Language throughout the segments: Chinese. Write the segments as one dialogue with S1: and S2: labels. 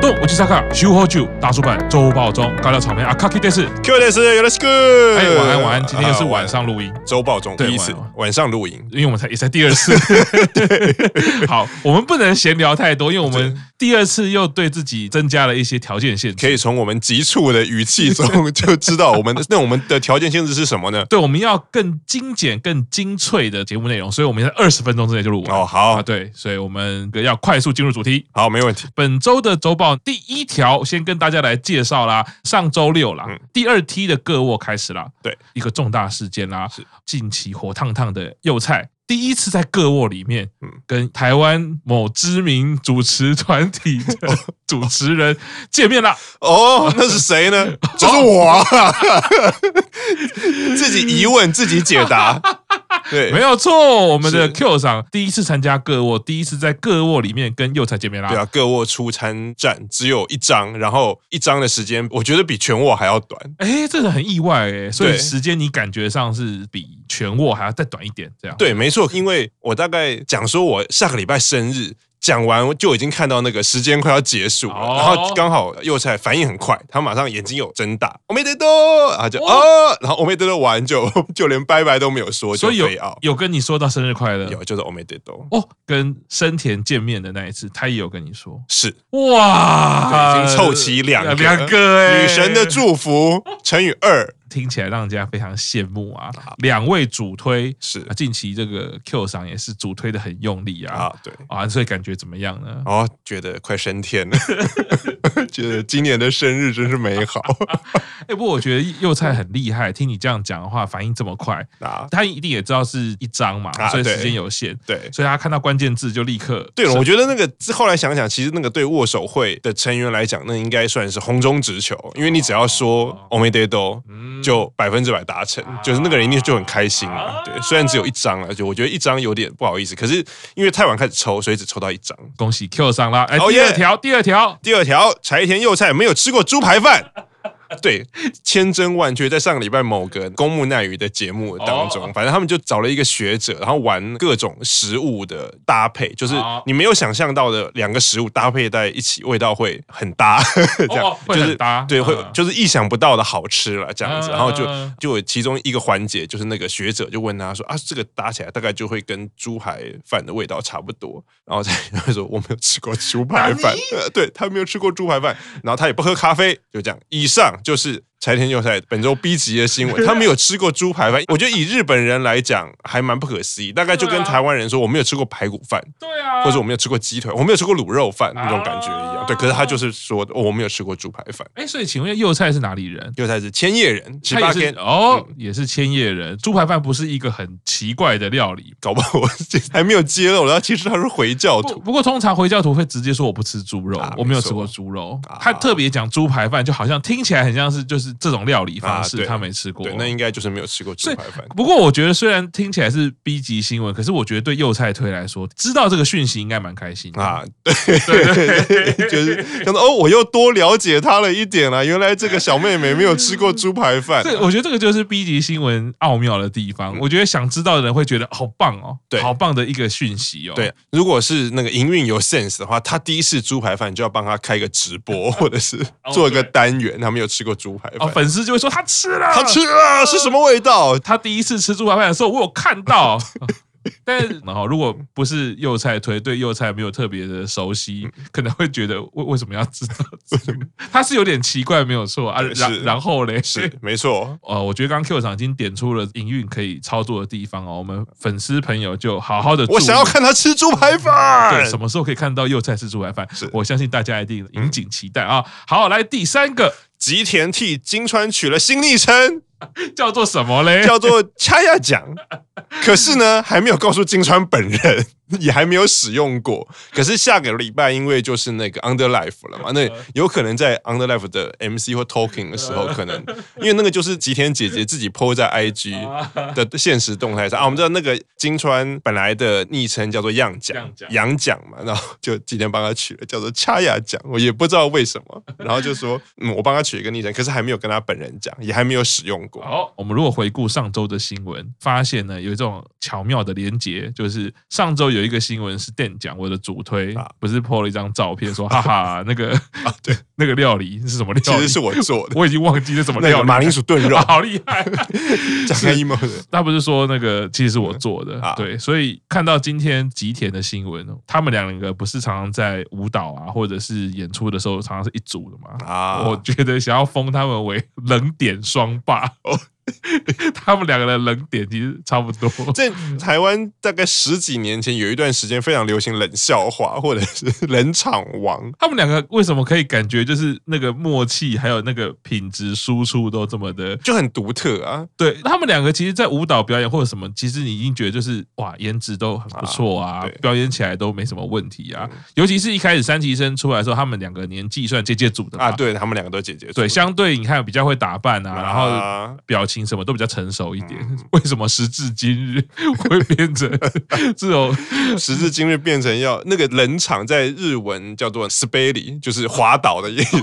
S1: どうも、うちさか、修好酒、大叔版、周报中、高料草莓、阿卡基电视。
S2: Q 的是有的是
S1: 哎
S2: good，，
S1: 晚安晚安，今天又是晚上录音，
S2: 周报中
S1: 对
S2: 第一次
S1: 晚安
S2: 晚上录音，
S1: 因为我们才也才第二次。 好，我们不能闲聊太多，因为我们第二次又对自己增加了一些条件限制。
S2: 可以从我们急促的语气中就 知道我们的那我们的条件限制是什么呢？
S1: 对，我们要更精简、更精粹的节目内容，所以我们在二十分钟之内就录完。
S2: 哦，好
S1: 啊，对，所以我们要快速进入主题。
S2: 好，没问题。
S1: 本周的周报第一条，先跟大家来介绍啦。上周六啦，
S2: 嗯
S1: 第二梯的各握开始啦，
S2: 对，
S1: 一个重大事件啦
S2: 是，
S1: 近期火烫烫的幼菜。第一次在各握里面，
S2: 嗯
S1: 跟台湾某知名主持团体的 主持人见面啦。
S2: 哦，那是谁 呢？就是我
S1: 哦
S2: 啊， 自己疑问自己 解答，对，
S1: 没有错，我们的
S2: 是
S1: Q 赏第一次参加各握，第一次在各握里面跟幼菜见面啦。
S2: 对啊，各卧出餐站只有一张，然后一张的时间，我觉得比全卧还要短。
S1: 哎，这个很意外哎，所以
S2: 对
S1: 时间你感觉上是比全握还要再短一点，这样。
S2: 对，没错，因为我大概讲说我下个礼拜生日。讲完就已经看到那个时间快要结束了，
S1: 哦
S2: 然后刚好幼菜反应很快，他马上眼睛有睁大，我没得多，然后就哦，然后我没得多完就就连拜拜都没有说，就
S1: 所以有
S2: 飞奥
S1: 有跟你说到生日快乐，
S2: 有就是我没得多，
S1: 哦，跟生田见面的那一次，他也有跟你说，
S2: 是
S1: 哇，
S2: 对已经凑齐两个
S1: 两个哎、
S2: 女神的，祝福乘以二，
S1: 听起来让人家非常羡慕啊。两位主推，
S2: 是
S1: 啊近期这个 Q 上也是主推的很用力啊
S2: 啊，对，
S1: 啊，所以感觉怎么样呢？
S2: 然后觉得快升天了， 觉得今年的生日真是美好
S1: 哎、不过我觉得幼菜很厉害，听你这样讲的话，反应这么快，
S2: 啊，
S1: 他一定也知道是一张嘛，
S2: 啊
S1: 所以
S2: 对
S1: 时间有限，
S2: 对。
S1: 所以他看到关键字就立刻
S2: 对了，
S1: 是
S2: 我觉得那个后来想想，其实那个对握手会的成员来讲，那应该算是红中直球，因为你只要说
S1: 哦
S2: o m e d e d o
S1: 嗯
S2: 就百分之百达成，就是那个人一定就很开心
S1: 啊
S2: 了。对，虽然只有一张啊了，就我觉得一张有点不好意思，可是因为太晚开始抽，所以只抽到一张。
S1: 恭喜 Q 上啦！哎、
S2: 哦
S1: 第二
S2: 耶
S1: 条，第二条，
S2: 第二条，柴田佑菜没有吃过猪排饭。 对，千真万确，在上个礼拜某个公木奈语的节目当中，
S1: 哦
S2: 反正他们就找了一个学者，然后玩各种食物的搭配，就是
S1: 哦
S2: 你没有想象到的两个食物搭配在一起，味道会很搭， 这样、
S1: 哦会
S2: 就
S1: 很
S2: 是
S1: 搭
S2: 对，会
S1: 嗯
S2: 就是意想不到的好吃了这样子。
S1: 嗯
S2: 然后就
S1: 嗯嗯
S2: 就有其中一个环节，就是那个学者就问他说啊，这个搭起来大概就会跟猪排饭的味道差不多，然后才他说我没有吃过猪排饭，呃对他没有吃过猪排饭，然后他也不喝咖啡，就这样。以上就是柴田佑菜本周 B 级的新 闻，他没有吃过猪排饭，我觉得以日本人来讲还蛮不可思议，大概就
S1: 对
S2: 跟
S1: 啊
S2: 台湾人说我没有吃过排骨饭，
S1: 对啊
S2: 或者我没有吃过鸡腿，我没有吃过卤肉饭那种
S1: 啊
S2: 感觉一样。对，可是他就是说、哦我没有吃过猪排饭。
S1: 哎、所以请问幼菜是哪里人？
S2: 又菜是千叶人，十
S1: 他
S2: 八嗯
S1: 也是
S2: 天
S1: 哦，也是千叶人。猪排饭不是一个很奇怪的料理，
S2: 搞不好我这还没有揭露，然后其实他是回教
S1: 不
S2: 徒。
S1: 不过通常回教徒会直接说我不吃猪肉，
S2: 啊
S1: 我没有
S2: 没错
S1: 吃过猪肉。
S2: 啊
S1: 他特别讲猪排饭，就好像听起来很像是就是这种料理方
S2: 啊
S1: 式，
S2: 对
S1: 他没吃过
S2: 对，。那应该就是没有吃过猪
S1: 所以
S2: 排饭，。
S1: 不过我觉得虽然听起来是 B 级新闻，可是我觉得对幼菜推来说，知道这个讯息应该蛮开心的。
S2: 啊，对， 就是想到哦，我又多了解他了一点啦。原来这个小妹妹没有吃过猪 排饭，啊
S1: 这我觉得这个就是 B 级新闻奥妙的地方。我觉得想知道的人会觉得好棒哦，
S2: 嗯对
S1: 好棒的一个讯息哦。
S2: 对，如果是那个营运有 sense 的话，他第一次猪排饭就要帮他开个直播，或 者是做一个单元，他没有吃过猪排
S1: 哦，
S2: 饭，
S1: 粉丝就会说他吃了，
S2: 他吃啊是什么味道？
S1: 他第一次吃猪排饭的时候，我有看 到。但然后，如果不是幼菜推，对幼菜没有特别的熟悉，
S2: 嗯
S1: 可能会觉得为为什么要知道这个？ 他是有点奇怪，没有错啊。
S2: 对
S1: 然
S2: 哎是
S1: 然后嘞，
S2: 是 没错，
S1: 呃，我觉得刚刚 Q 场已经点出了营运可以操作的地方哦。我们粉丝朋友就好好的，
S2: 我想要看他吃猪排饭
S1: 对，，什么时候可以看到幼菜吃猪排饭
S2: 是？嗯
S1: 我相信大家一定引颈期待啊！好，来第三个
S2: 吉田替金川取了新昵称，
S1: 叫做什么 嘞？
S2: 叫做掐亚奖。可是呢，还没有告诉金川本人，也还没有使用过。可是下个礼拜，因为就是那个 Underlife 了嘛，那有可能在 Underlife 的 MC 或 Talking 的时候，可能因为那个就是吉田姐姐自己 PO 在 IG 的现实动态上啊。我们知道那个金川本来的昵称叫做样
S1: 样
S2: 奖
S1: 奖，
S2: 杨奖嘛，然后就吉田帮他取了叫做掐亚奖，我也不知道为什么。然后就说，嗯，我帮他取一个昵称，可是还没有跟他本人讲，也还没有使用过。
S1: 好，我们如果回顾上周的新闻，发现呢有一种巧妙的连结，就是上周有有一个新闻是店讲我的主推
S2: 啊，
S1: 不是 po 了一张照片说哈 哈那个
S2: 啊，对，
S1: 那个料理是什么
S2: 其
S1: 料理？
S2: 实是我做 的，
S1: 我已经忘记是什么
S2: 那
S1: 料
S2: 个
S1: 理，
S2: 马铃薯炖 肉
S1: 啊，好厉 害！
S2: 讲个 emo 的，
S1: 他不是说那个其实是我做的，
S2: 啊
S1: 对，所以看到今天吉田的新闻，他们两个不是常常在舞蹈啊，或者是演出的时候，常常是一组的嘛。
S2: 啊
S1: 我觉得想要封他们为冷点双霸，
S2: 哦
S1: 他们两个的冷点其实差不多。
S2: 在台湾大概十几年前有一段时间非常流行冷笑话或者是冷场王，
S1: 他们两个为什么可以感觉就是那个默契，还有那个品质输出都这么的
S2: 就很独特啊。
S1: 对他们两个，其实，在舞蹈表演或者什么，其实你已经觉得就是哇，颜值都很不错啊，
S2: 啊对
S1: 表演起来都没什么问题啊。尤其是一开始三级生出来的时候，他们两个年纪算接接组的嘛
S2: 啊，对他们两个都解决
S1: 对，相对你看比较会打扮啊，然后
S2: 啊
S1: 表情什么都比较成熟一点。
S2: 嗯
S1: 为什么时至今日 会变 成这种？
S2: 时至今日变成要那个冷场，在日文叫做 s p a l y 就是滑倒的意 思，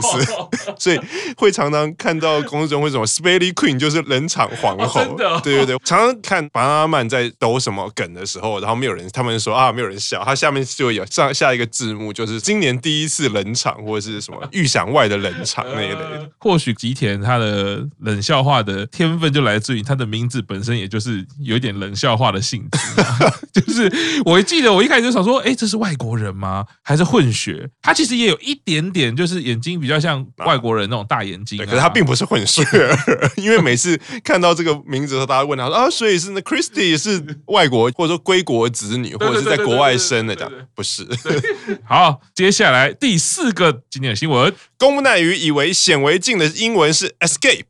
S2: 所以会常常看到公司中会什么 s p a l y Queen，就是冷场皇后。
S1: 哦真的哦
S2: 对对对，常常看巴拿曼在抖什么梗的时候，然后没有人，他们说啊没有人笑，他下面就有上下一个字幕，就是今年第一次冷场或者是什么预想外的冷场那一 类的。
S1: 或许吉田他的冷笑话的天分就来自于他的名字本身，也就是有一点冷笑话的性质嘛。 就是我记得我一开始就想说，哎、这是外国人吗？还是混血？他其实也有一点点，就是眼睛比较像外国人那种大眼睛、
S2: 对，
S1: 啊。
S2: 可是他并不是混血儿， 因为每次看到这个名字的时候，大家问他说啊，所以是那 Christy 是外国或者说归国子女，或
S1: 对
S2: 者是在国外生的，
S1: 对
S2: 这
S1: 对对
S2: 样
S1: 对对
S2: 不是。
S1: 好，接下来第四个经典新闻，
S2: 公布奈于以为显微镜的英文是 escape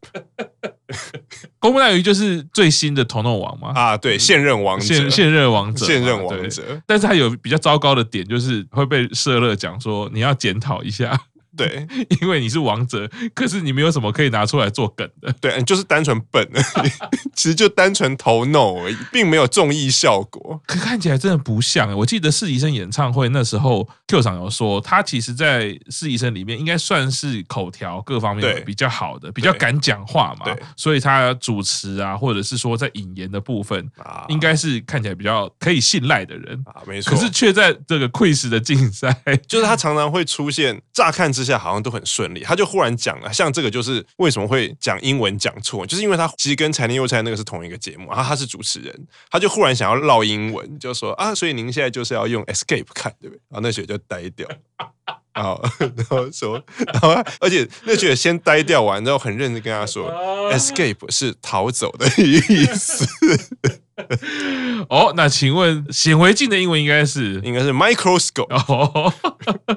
S1: 公布奈于就是最新的头弄王嘛，
S2: 啊，对，现任王
S1: 嗯
S2: 者，啊
S1: 现现任王者嘛，
S2: 现任王
S1: 对
S2: 者，
S1: 但是他有比较糟糕的点，就是会被社乐讲说你要检讨一下，
S2: 对
S1: 因为你是王者，可是你没有什么可以拿出来做梗的。
S2: 对， 就是单纯笨而已， 其实就单纯头脑而已，并没有综艺效果。
S1: 可看起来真的不像欸、我记得试习生演唱会那时候，Q 厂有说他其实，在试习生里面应该算是口条各方面
S2: 对
S1: 比较好的，比较敢讲话嘛
S2: 对，
S1: 所以他主持啊，或者是说在引言的部分，
S2: 啊
S1: 应该是看起来比较可以信赖的人。
S2: 啊，没错，
S1: 可是却在这个 quiz 的竞赛，
S2: 就是他常常会出现，乍看之下好像都很顺利，他就忽然讲了，像这个就是为什么会讲英文讲错，就是因为他其实跟柴田佑菜那个是同一个节目，然后他是主持人，他就忽然想要唠英文，就说啊，所以您现在就是要用 escape 看，对不对？然后那雪就呆掉。 然后，然后说，然后，而且那雪先呆掉完，然后很认真跟他说，escape 是逃走的意思，
S1: 哦，那请问显微镜的英文应该是
S2: 应该是 microscope。
S1: 哦，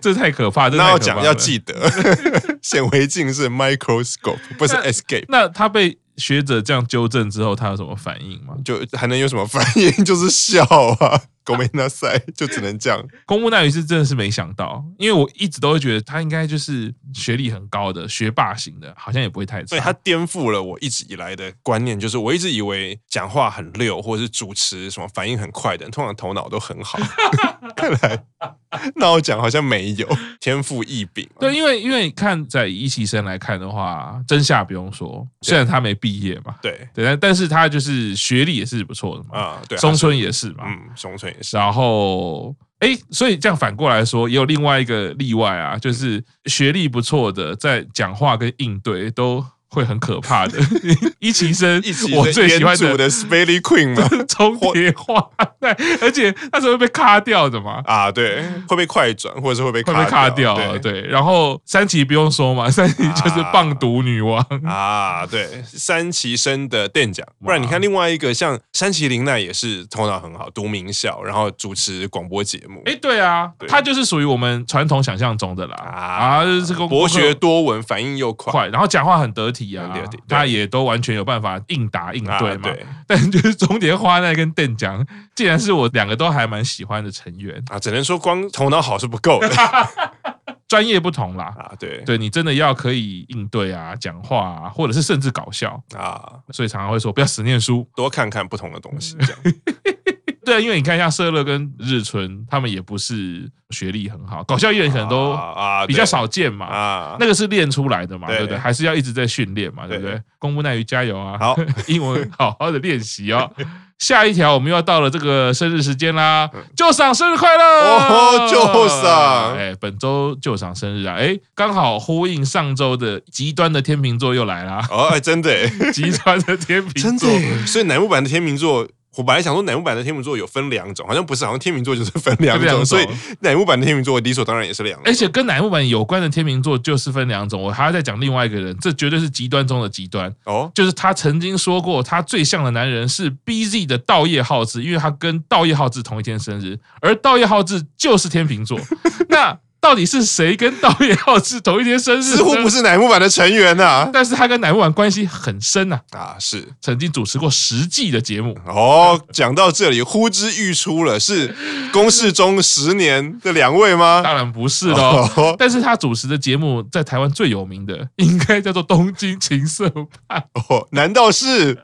S1: 这太可怕，这太
S2: 那
S1: 可
S2: 要
S1: 怕
S2: 讲
S1: 了
S2: 要记得， 显微镜是 microscope，不是 escape。
S1: 那他被学者这样纠正之后，他有什么反应吗？
S2: 就还能有什么反应？就是笑啊，狗没那塞，就只能这样。
S1: 公布那于是真的是没想到，因为我一直都会觉得他应该就是学历很高的学霸型的，好像也不会太差。
S2: 所以它颠覆了我一直以来的观念，就是我一直以为讲话很溜，或者是主持什么反应很快的人，通常头脑都很 好。看来那我讲好像没有天赋异禀。啊
S1: 对，因为因为看在以一期生来看的话，真夏不用说，虽然他没毕业嘛，
S2: 对
S1: 对，但但是他就是学历也是不错的嘛，
S2: 啊，对，
S1: 松
S2: 它是
S1: 村也是嘛，
S2: 嗯，松村也 是
S1: 然后，哎，所以这样反过来说，也有另外一个例外啊，就是学历不错的，在讲话跟应对都会很可怕 的。一齐生，
S2: 一起
S1: 我最喜欢
S2: 组
S1: 的
S2: 的 Spelly Queen 嘛。
S1: 重叠话，对，而且那时候会被卡掉的嘛。
S2: 啊，对，会被快转，或者是会被
S1: 会被卡
S2: 掉，
S1: 掉，对。然后三崎不用说嘛， 三崎就是棒读女王，
S2: 啊，对，山崎生的店长，不然你看另外一个像山崎绫奈也是头脑很好，读名校，然后主持广播节目，
S1: 哎，对啊，
S2: 对
S1: 她就是属于我们传统想象中的啦，啊，就是个
S2: 博学多闻，反应又快，
S1: 快，然后讲话很得体啊
S2: 很得体，对
S1: 他也都完全有办法应答应
S2: 啊
S1: 对嘛。
S2: 对
S1: 但就是中田花奈跟邓江，竟然是我两个都还蛮喜欢的成员，
S2: 啊，只能说光头脑好是不 够的
S1: 专业不同啦。
S2: 啊，对
S1: 对你真的要可以应对啊，讲话啊，或者是甚至搞笑，
S2: 啊，
S1: 所以常常会说不要死念书。
S2: 多看看不同的东 西，这样
S1: 对，啊因为你看像社乐跟日春，他们也不是学历很好，搞笑艺人可能都
S2: 啊啊
S1: 比较少见嘛。
S2: 啊，
S1: 那个是练出来的嘛，
S2: 对
S1: 对不对？还是要一直在训练嘛，对不对
S2: 对？
S1: 公布奈于加油啊！
S2: 好，
S1: 英文好好的练习哦。下一条我们又要到了这个生日时间啦，就赏生日快乐！
S2: 嗯哦吼就赏，
S1: 哎，本周就赏生日啊，哎，刚好呼应上周的极端的天秤座又来啦
S2: 哦，哎，真的 耶，
S1: 极端的天秤
S2: 真的
S1: 座，
S2: 耶。所以乃木坂的天秤座，我本来想说乃木坂的天秤座有分两种，好像不是，好像天秤座就是分两
S1: 分两种
S2: 种，所以乃木坂的天秤座理所当然也是两种。
S1: 而且跟乃木坂有关的天秤座就是分两种，我还要再讲另外一个人，这绝对是极端中的极端，
S2: 哦，
S1: 就是他曾经说过，他最像的男人是 BZ 的道叶浩志，因为他跟道叶浩志同一天生日，而道叶浩志就是天秤 座。那到底是谁跟道叶浩志同一天生日？
S2: 似乎不
S1: 是，
S2: 是乃木坂的成员呐、
S1: 但是他跟乃木坂关系很深啊，
S2: 啊。是。
S1: 曾经主持过十季的节目。
S2: 哦，讲到这里呼之欲出了，是公式中十年的两位吗？
S1: 当然不是喽。
S2: 哦
S1: 但是他主持的节目在台湾最有名的，应该叫做《东京情色派
S2: 哦，难道是？》。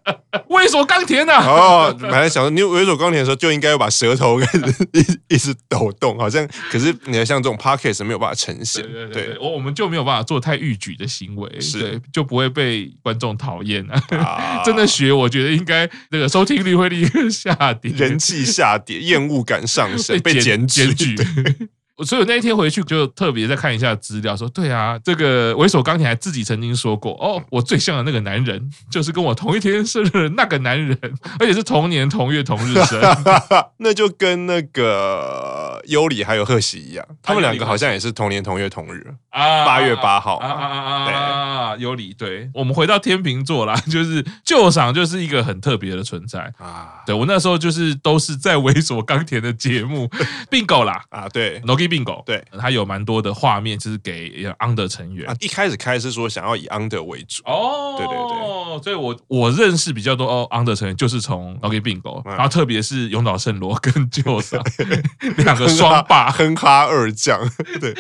S1: 为什么钢铁啊呢？
S2: 哦，本来想说你有一首钢铁的时候就应该要把舌头开始一直一直抖动，好像可是你看像这种 podcast 是没有办法呈现
S1: 对，对对对，
S2: 对
S1: 我我们就没有办法做太逾矩的行为，
S2: 是
S1: 对，就不会被观众讨厌啊。
S2: 啊
S1: 真的学，我觉得应该那个收听率会立刻下跌，
S2: 人气下跌，厌恶感上升，被
S1: 检
S2: 检
S1: 检
S2: 举。
S1: 举。所以我那一天回去就特别再看一下资料，说对啊，这个猥琐钢铁还自己曾经说过，哦，我最像的那个男人 就是跟我同一天生日的那个男人，而且是同年同月同日生。
S2: 那就跟那个尤里还有贺喜一样，他们两个好像也是同年同月同日。
S1: 啊
S2: 8月8号
S1: 啊啊啊啊啊！有理，对我们回到天秤座啦，就是旧赏就是一个很特别的存在。
S2: 啊
S1: 对我那时候就是都是在猥琐钢铁的节目 bingo 啦
S2: 啊，对
S1: n o g i bingo，
S2: 对，
S1: 它有蛮多的画面，就是给呃 under 成员
S2: 啊。，一开始开是说想要以 under 为主，
S1: 哦，
S2: 对对
S1: 对，所以我我认识比较多哦，under 成员就是从 n o g i bingo，
S2: 嗯
S1: 然后特别是永岛圣罗跟旧 赏两个双霸，
S2: 哼哈二将， 对，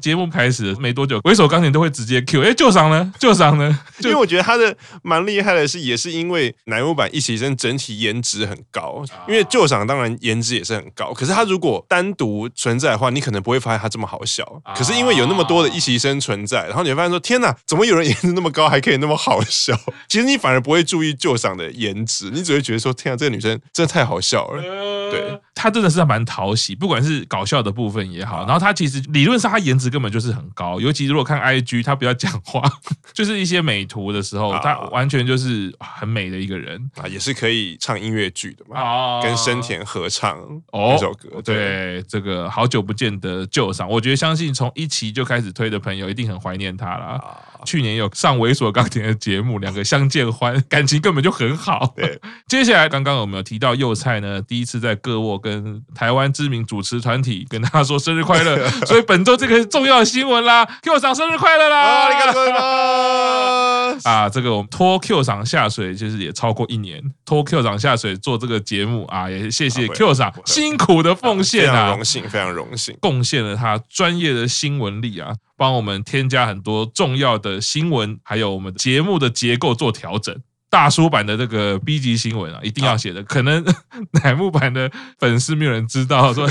S1: 节目开始没多久，猥琐钢铁都会直接 Q，哎，旧赏呢？旧赏呢？
S2: 因为我觉得他的蛮厉害的是，也是因为乃木坂一起生整体颜值很高，
S1: 啊
S2: 因为旧赏当然颜值也是很高，可是他如果单独存在的话，你可能不会发现他这么好笑
S1: 啊。
S2: 可是因为有那么多的一起生存在，然后你会发现说，天哪，怎么有人颜值那么高，还可以那么好 笑？其实你反而不会注意旧赏的颜值，你只会觉得说，天啊，这个女生真的太好笑了。呃对，
S1: 他真的是蛮讨喜，不管是搞笑的部分也
S2: 啊
S1: 好，然后他其实理论上他颜值根本就是很高，尤其如果看 IG，他不要讲话， 就是一些美图的时候，
S2: 啊
S1: 他完全就是很美的一个人
S2: 啊，也是可以唱音乐剧的嘛，
S1: 啊
S2: 跟生田合唱
S1: 哦
S2: 那首歌，
S1: 对这个好久不见的旧赏，我觉得相信从一期就开始推的朋友一定很怀念他啦。
S2: 啊。
S1: 去年有上猥琐钢铁的节目，两个相见欢，感情根本就很好。
S2: 对，
S1: 接下来刚刚我们有提到幼菜呢，第一次在各沃跟台湾知名主持团体跟大家说生日快 乐，所以本周这个是重要的新闻啦，Q 赏生日快乐啦！
S2: 啊，你看对吗？
S1: 啊，这个我们拖 Q 赏下水，就是也超过一年，拖 Q 赏下水做这个节目啊，也谢谢
S2: 啊不会
S1: Q 赏
S2: 不会
S1: 辛苦的奉
S2: 非
S1: 献
S2: 常
S1: 啊
S2: 荣，幸，非常荣幸。
S1: 贡献了他专业的新闻力啊，帮我们添加很多重要的新闻，还有我们节目的结构做调整。大叔版的这个 B 级新闻啊，一定要写的，可能 乃木版的粉丝没有人知道，说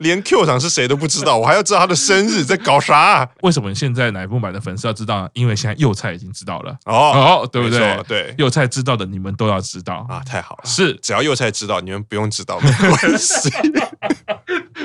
S2: 连 Q 厂是谁都不知道，我还要知道他的生日，在搞啥、啊
S1: 为什么现在乃木版的粉丝要知道呢？因为现在幼菜已经知道了，
S2: 哦，
S1: 哦，对不
S2: 没
S1: 对
S2: 错？对
S1: 幼菜知道的你们都要知道，
S2: 啊，太好了，
S1: 是
S2: 只要幼菜知道，你们不用知道没关 系。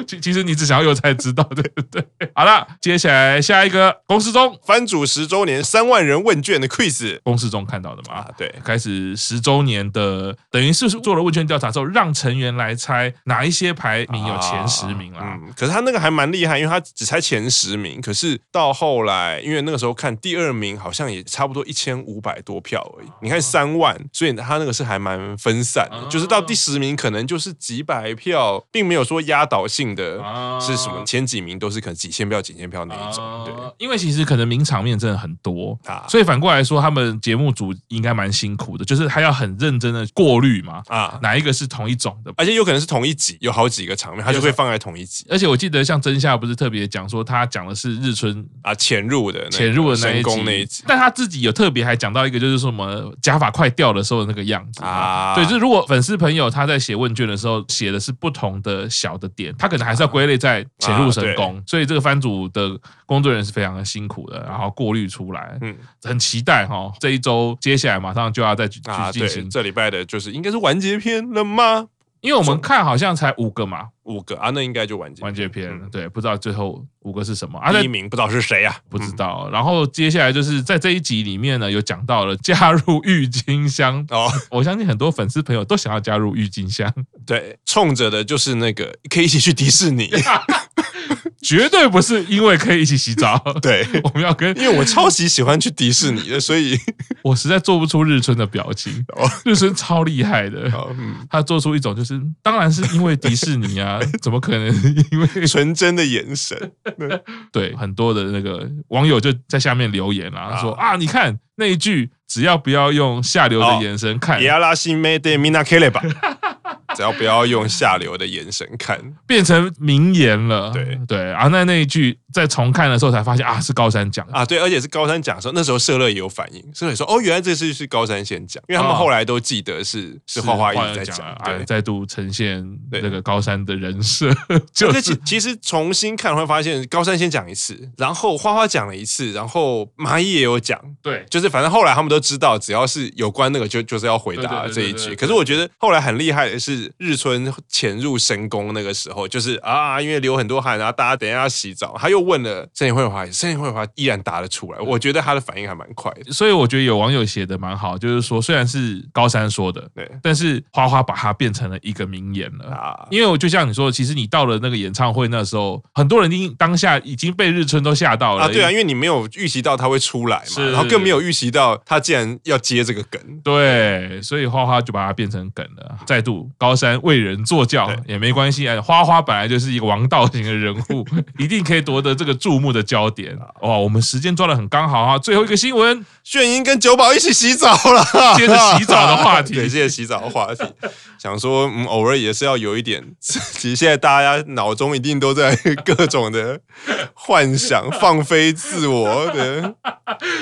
S1: 其其实你只想要幼菜知道， 对不对？好了，接下来下一个公司中，
S2: 番主十周年三万人问卷的 quiz
S1: 公司中看到的嘛，
S2: 啊，对，
S1: 开始十周年的，等于是做了问卷调查之后，让成员来猜哪一些排名有前十名啦。
S2: 啊嗯，可是他那个还蛮厉害，因为他只猜前十名，可是到后来，因为那个时候看第二名好像也差不多一千五百多票而已，你看三万，所以他那个是还蛮分散的
S1: 哦，
S2: 就是到第十名可能就是几百票，并没有说压倒性的
S1: 啊
S2: 嗯是什么前几名都是可能几千票、几千票那一种，对。
S1: 啊因为其实可能名场面真的很多，
S2: 啊
S1: 所以反过来说，他们节目组应该蛮辛苦的，就是还要很认真的过滤嘛，
S2: 啊，
S1: 哪一个是同一种的。
S2: 而且有可能是同一集，有好几个场面，它就会放在同一集
S1: 而且我记得像真夏不是特别讲说，他讲的是日春
S2: 啊，潜入的那个
S1: 潜入的那一
S2: 深
S1: 集，
S2: 宫那 一集
S1: 但他自己有特别还讲到一个，就是说什么假发快掉的时候的那个样子啊。
S2: 啊，
S1: 对，就是如果粉丝朋友他在写问卷的时候写的是不同的小少的点，它可能还是要归类在潜入神
S2: 啊
S1: 功，所以这个番组的工作人员是非常辛苦的，然后过滤出来，
S2: 嗯
S1: 很期待哈，这一周接下来马上就要再去去
S2: 啊，
S1: 进
S2: 对，
S1: 行，
S2: 这礼拜的就是应该是完结篇了吗？
S1: 因为我们看好像才五个嘛
S2: 五个啊，那应该就完结
S1: 完结篇，
S2: 嗯
S1: 对，不知道最后五个是什么，啊，
S2: 第
S1: 在
S2: 一名不知道是谁啊嗯呀、
S1: 不知道。然后接下来就是在这一集里面呢，有讲到了加入郁金香，
S2: 哦，
S1: 我相信很多粉丝朋友都想要加入郁金香，
S2: 对，冲着的就是那个可以一起去迪士尼，
S1: 绝对不是因为可以一起洗澡。
S2: 对，
S1: 我们要跟，
S2: 因为我超级喜欢去迪士尼的，所以
S1: 我实在做不出日春的表情
S2: 哦，
S1: 日春超厉害的。
S2: 哦嗯，
S1: 他做出一种就是，当然是因为迪士尼 啊，怎么可能因为
S2: 纯真的眼神，
S1: 对很多的那个网友就在下面留言啊，说啊，你看那一句，只要不要用下流
S2: 哦
S1: 的眼神看，
S2: 也要拉西梅德米纳 K 雷吧，只要不要用下流的眼神 看，
S1: 变成名言了。
S2: 对
S1: 对，啊，那那一句在重看的时候才发现啊，是高山讲的。
S2: 啊，对，而且是高三讲的时候，那时候社乐也有反应，社乐也说哦，原来这次是高三先讲，因为他们
S1: 哦
S2: 后来都记得是是花花一直在
S1: 讲
S2: 讲哎
S1: 了，啊，
S2: 对。
S1: 再度呈现
S2: 对
S1: 那个高山的人设， 就
S2: 可是
S1: 是
S2: 其其实重新看会发现，高三先讲一次，然后花花讲了一次，然后蚂蚁也有讲，
S1: 对
S2: 就是反正后来他们都知道，只要是有关那个就就是要回答
S1: 对对对
S2: 这一
S1: 对对
S2: 句。
S1: 对
S2: 可是我觉得后来很厉害的是日村潜入神宫那个时候，就是啊，因为流很多汗，然后大家等一下要洗澡，他又问了森田惠华，森田惠华依然答得出来，我觉得他的反应还蛮快的。
S1: 所以我觉得有网友写的蛮好，就是说虽然是高山说的，
S2: 对
S1: 但是花花把它变成了一个名言了。
S2: 啊，
S1: 因为我就像你说，其实你到了那个演唱会那时候，很多人已经当下已经被日春都吓到了。
S2: 啊，对啊，因为你没有预习到他会出来嘛，
S1: 是
S2: 然后更没有预习到他竟然要接这个梗。
S1: 对，所以花花就把它变成梗了。再度，高山为人坐轿也没关系啊。花花本来就是一个王道型的人物， 一定可以夺得这个注目的焦点。
S2: 啊
S1: 哇，我们时间抓的很刚好啊！最后一个新闻，
S2: 炫英跟九宝一起洗澡了，
S1: 接着洗澡的话题
S2: 啊 对，接着洗澡的话题，想说，嗯，偶尔也是要有一点。 其实现在大家脑中一定都在各种的幻想、放飞自我 的，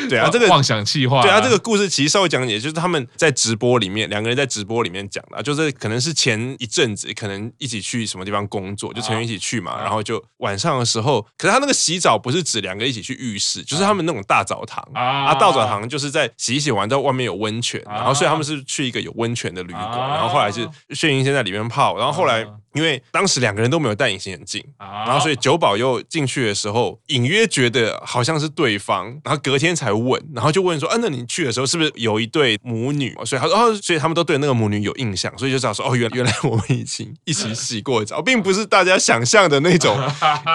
S2: 对啊，这个。
S1: 妄想气话、
S2: 对啊，这个故事其实稍微讲解，就是他们在直播里面，两个人在直播里面讲的啊，就是可能是前一阵子，可能一起去什么地方工作，就成员一起去
S1: 啊
S2: 嘛，然后就晚上的时候，可是他那个洗澡不是指两个一起去浴室，就是他们那种大澡堂
S1: 啊
S2: 啊，道澡堂就是在洗一洗完之后，外面有温泉，
S1: 啊
S2: 然后所以他们是去一个有温泉的旅馆，
S1: 啊
S2: 然后后来是炫英先在里面泡，然后后来
S1: 啊
S2: 因为当时两个人都没有戴隐形眼镜。
S1: 啊
S2: 然后，所以九保又进去的时候，隐约觉得好像是对方，然后隔天才问，然后就问说：“啊，那你去的时候是不是有一对母女？”所以他说：“哦，所以他们都对那个母女有印象，所以就知道说，哦，原原来我们已经一起洗过澡，并不是大家想象的那种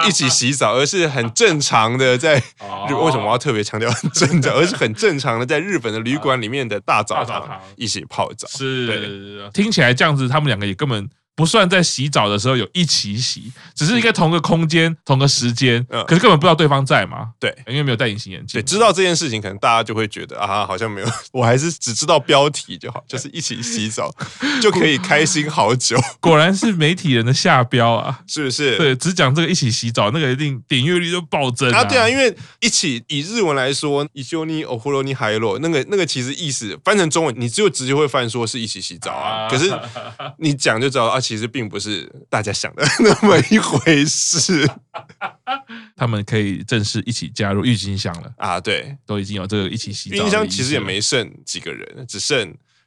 S2: 一起洗澡，而是很正常的在
S1: 哦
S2: 日为什么我要特别强调很正常，而是很正常的在日本的旅馆里面的大澡
S1: 大澡堂
S2: 堂一起泡澡。
S1: 是听起来这样子，他们两个也根本不算在洗澡的时候有一起洗，只是应该同个空间、同个时间，
S2: 嗯
S1: 可是根本不知道对方在嘛，
S2: 对
S1: 因为没有戴隐形眼镜
S2: 对，。知道这件事情，可能大家就会觉得啊，好像没有，我还是只知道标题就好，就是一起洗澡 就可以开心好久，
S1: 果然是媒体人的下标啊！
S2: 是不是？
S1: 对，只讲这个一起洗澡，那个一定点阅率就暴增
S2: 啊，对啊，
S1: 为
S2: 因为一起以日文来说，一修尼哦呼罗尼海洛，那个那个其实意思翻成中文，你只有直接会翻说是一起洗澡啊， 可是你讲就知道啊，其实并不是大家想的 那么一回事
S1: 他们可以正式一起加入郁金香了，
S2: 啊，对。
S1: 都已经有这个一起洗澡的
S2: 冰
S1: 仪式了。
S2: 箱其实也没剩几个人，只剩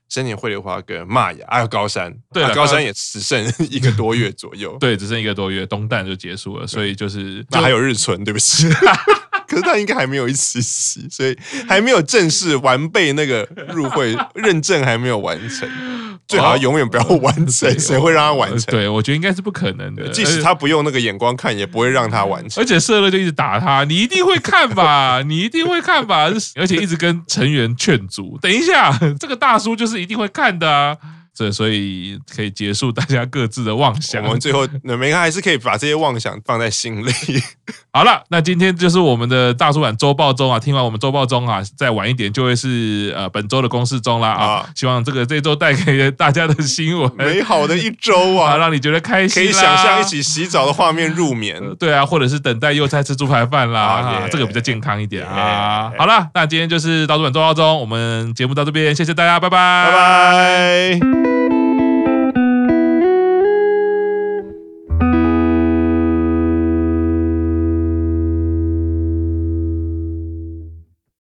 S2: 深田惠梨花跟玛雅，还有高山。
S1: 对了
S2: 啊高山也只剩一个多月左右。
S1: 对，只剩一个多月，冬蛋就结束了，所以 就是
S2: 那还有日存，对不起。 可是他应该还没有一起洗，所以还没有正式完备那个入会认证，还没有完成。 最好永远不要完成，
S1: 对
S2: 谁会让他完
S1: 呃
S2: 成？
S1: 对我觉得应该是不可能的，
S2: 即使他不用那个眼光看，也不会让他完成。
S1: 而且社乐就一直打他，你一定会看吧， 你一定会看吧，而且一直跟成员劝阻，等一下， 这个大叔就是一定会看的啊。这所以可以结束大家各自的妄想。
S2: 我们最后，每个还是可以把这些妄想放 在心里。
S1: 好了，那今天就是我们的大叔版周报中啊，听完我们周报中啊，再晚一点就会是呃本周的公示中啦啊，
S2: 啊
S1: 希望这个这周带给大家的新闻
S2: 美好的一周
S1: 啊，
S2: 啊，
S1: 让你觉得开
S2: 可
S1: 哎心啦，
S2: 以想象一起洗澡的画面入眠。
S1: 对啊，或者是等待幼菜吃猪排饭 啦，
S2: 啊
S1: 啊
S2: 耶
S1: 这个比较健康一点啊。
S2: 耶
S1: 好啦，那今天就是到这本周报中，我们节目到这边，谢谢大家，拜拜，
S2: 拜。拜。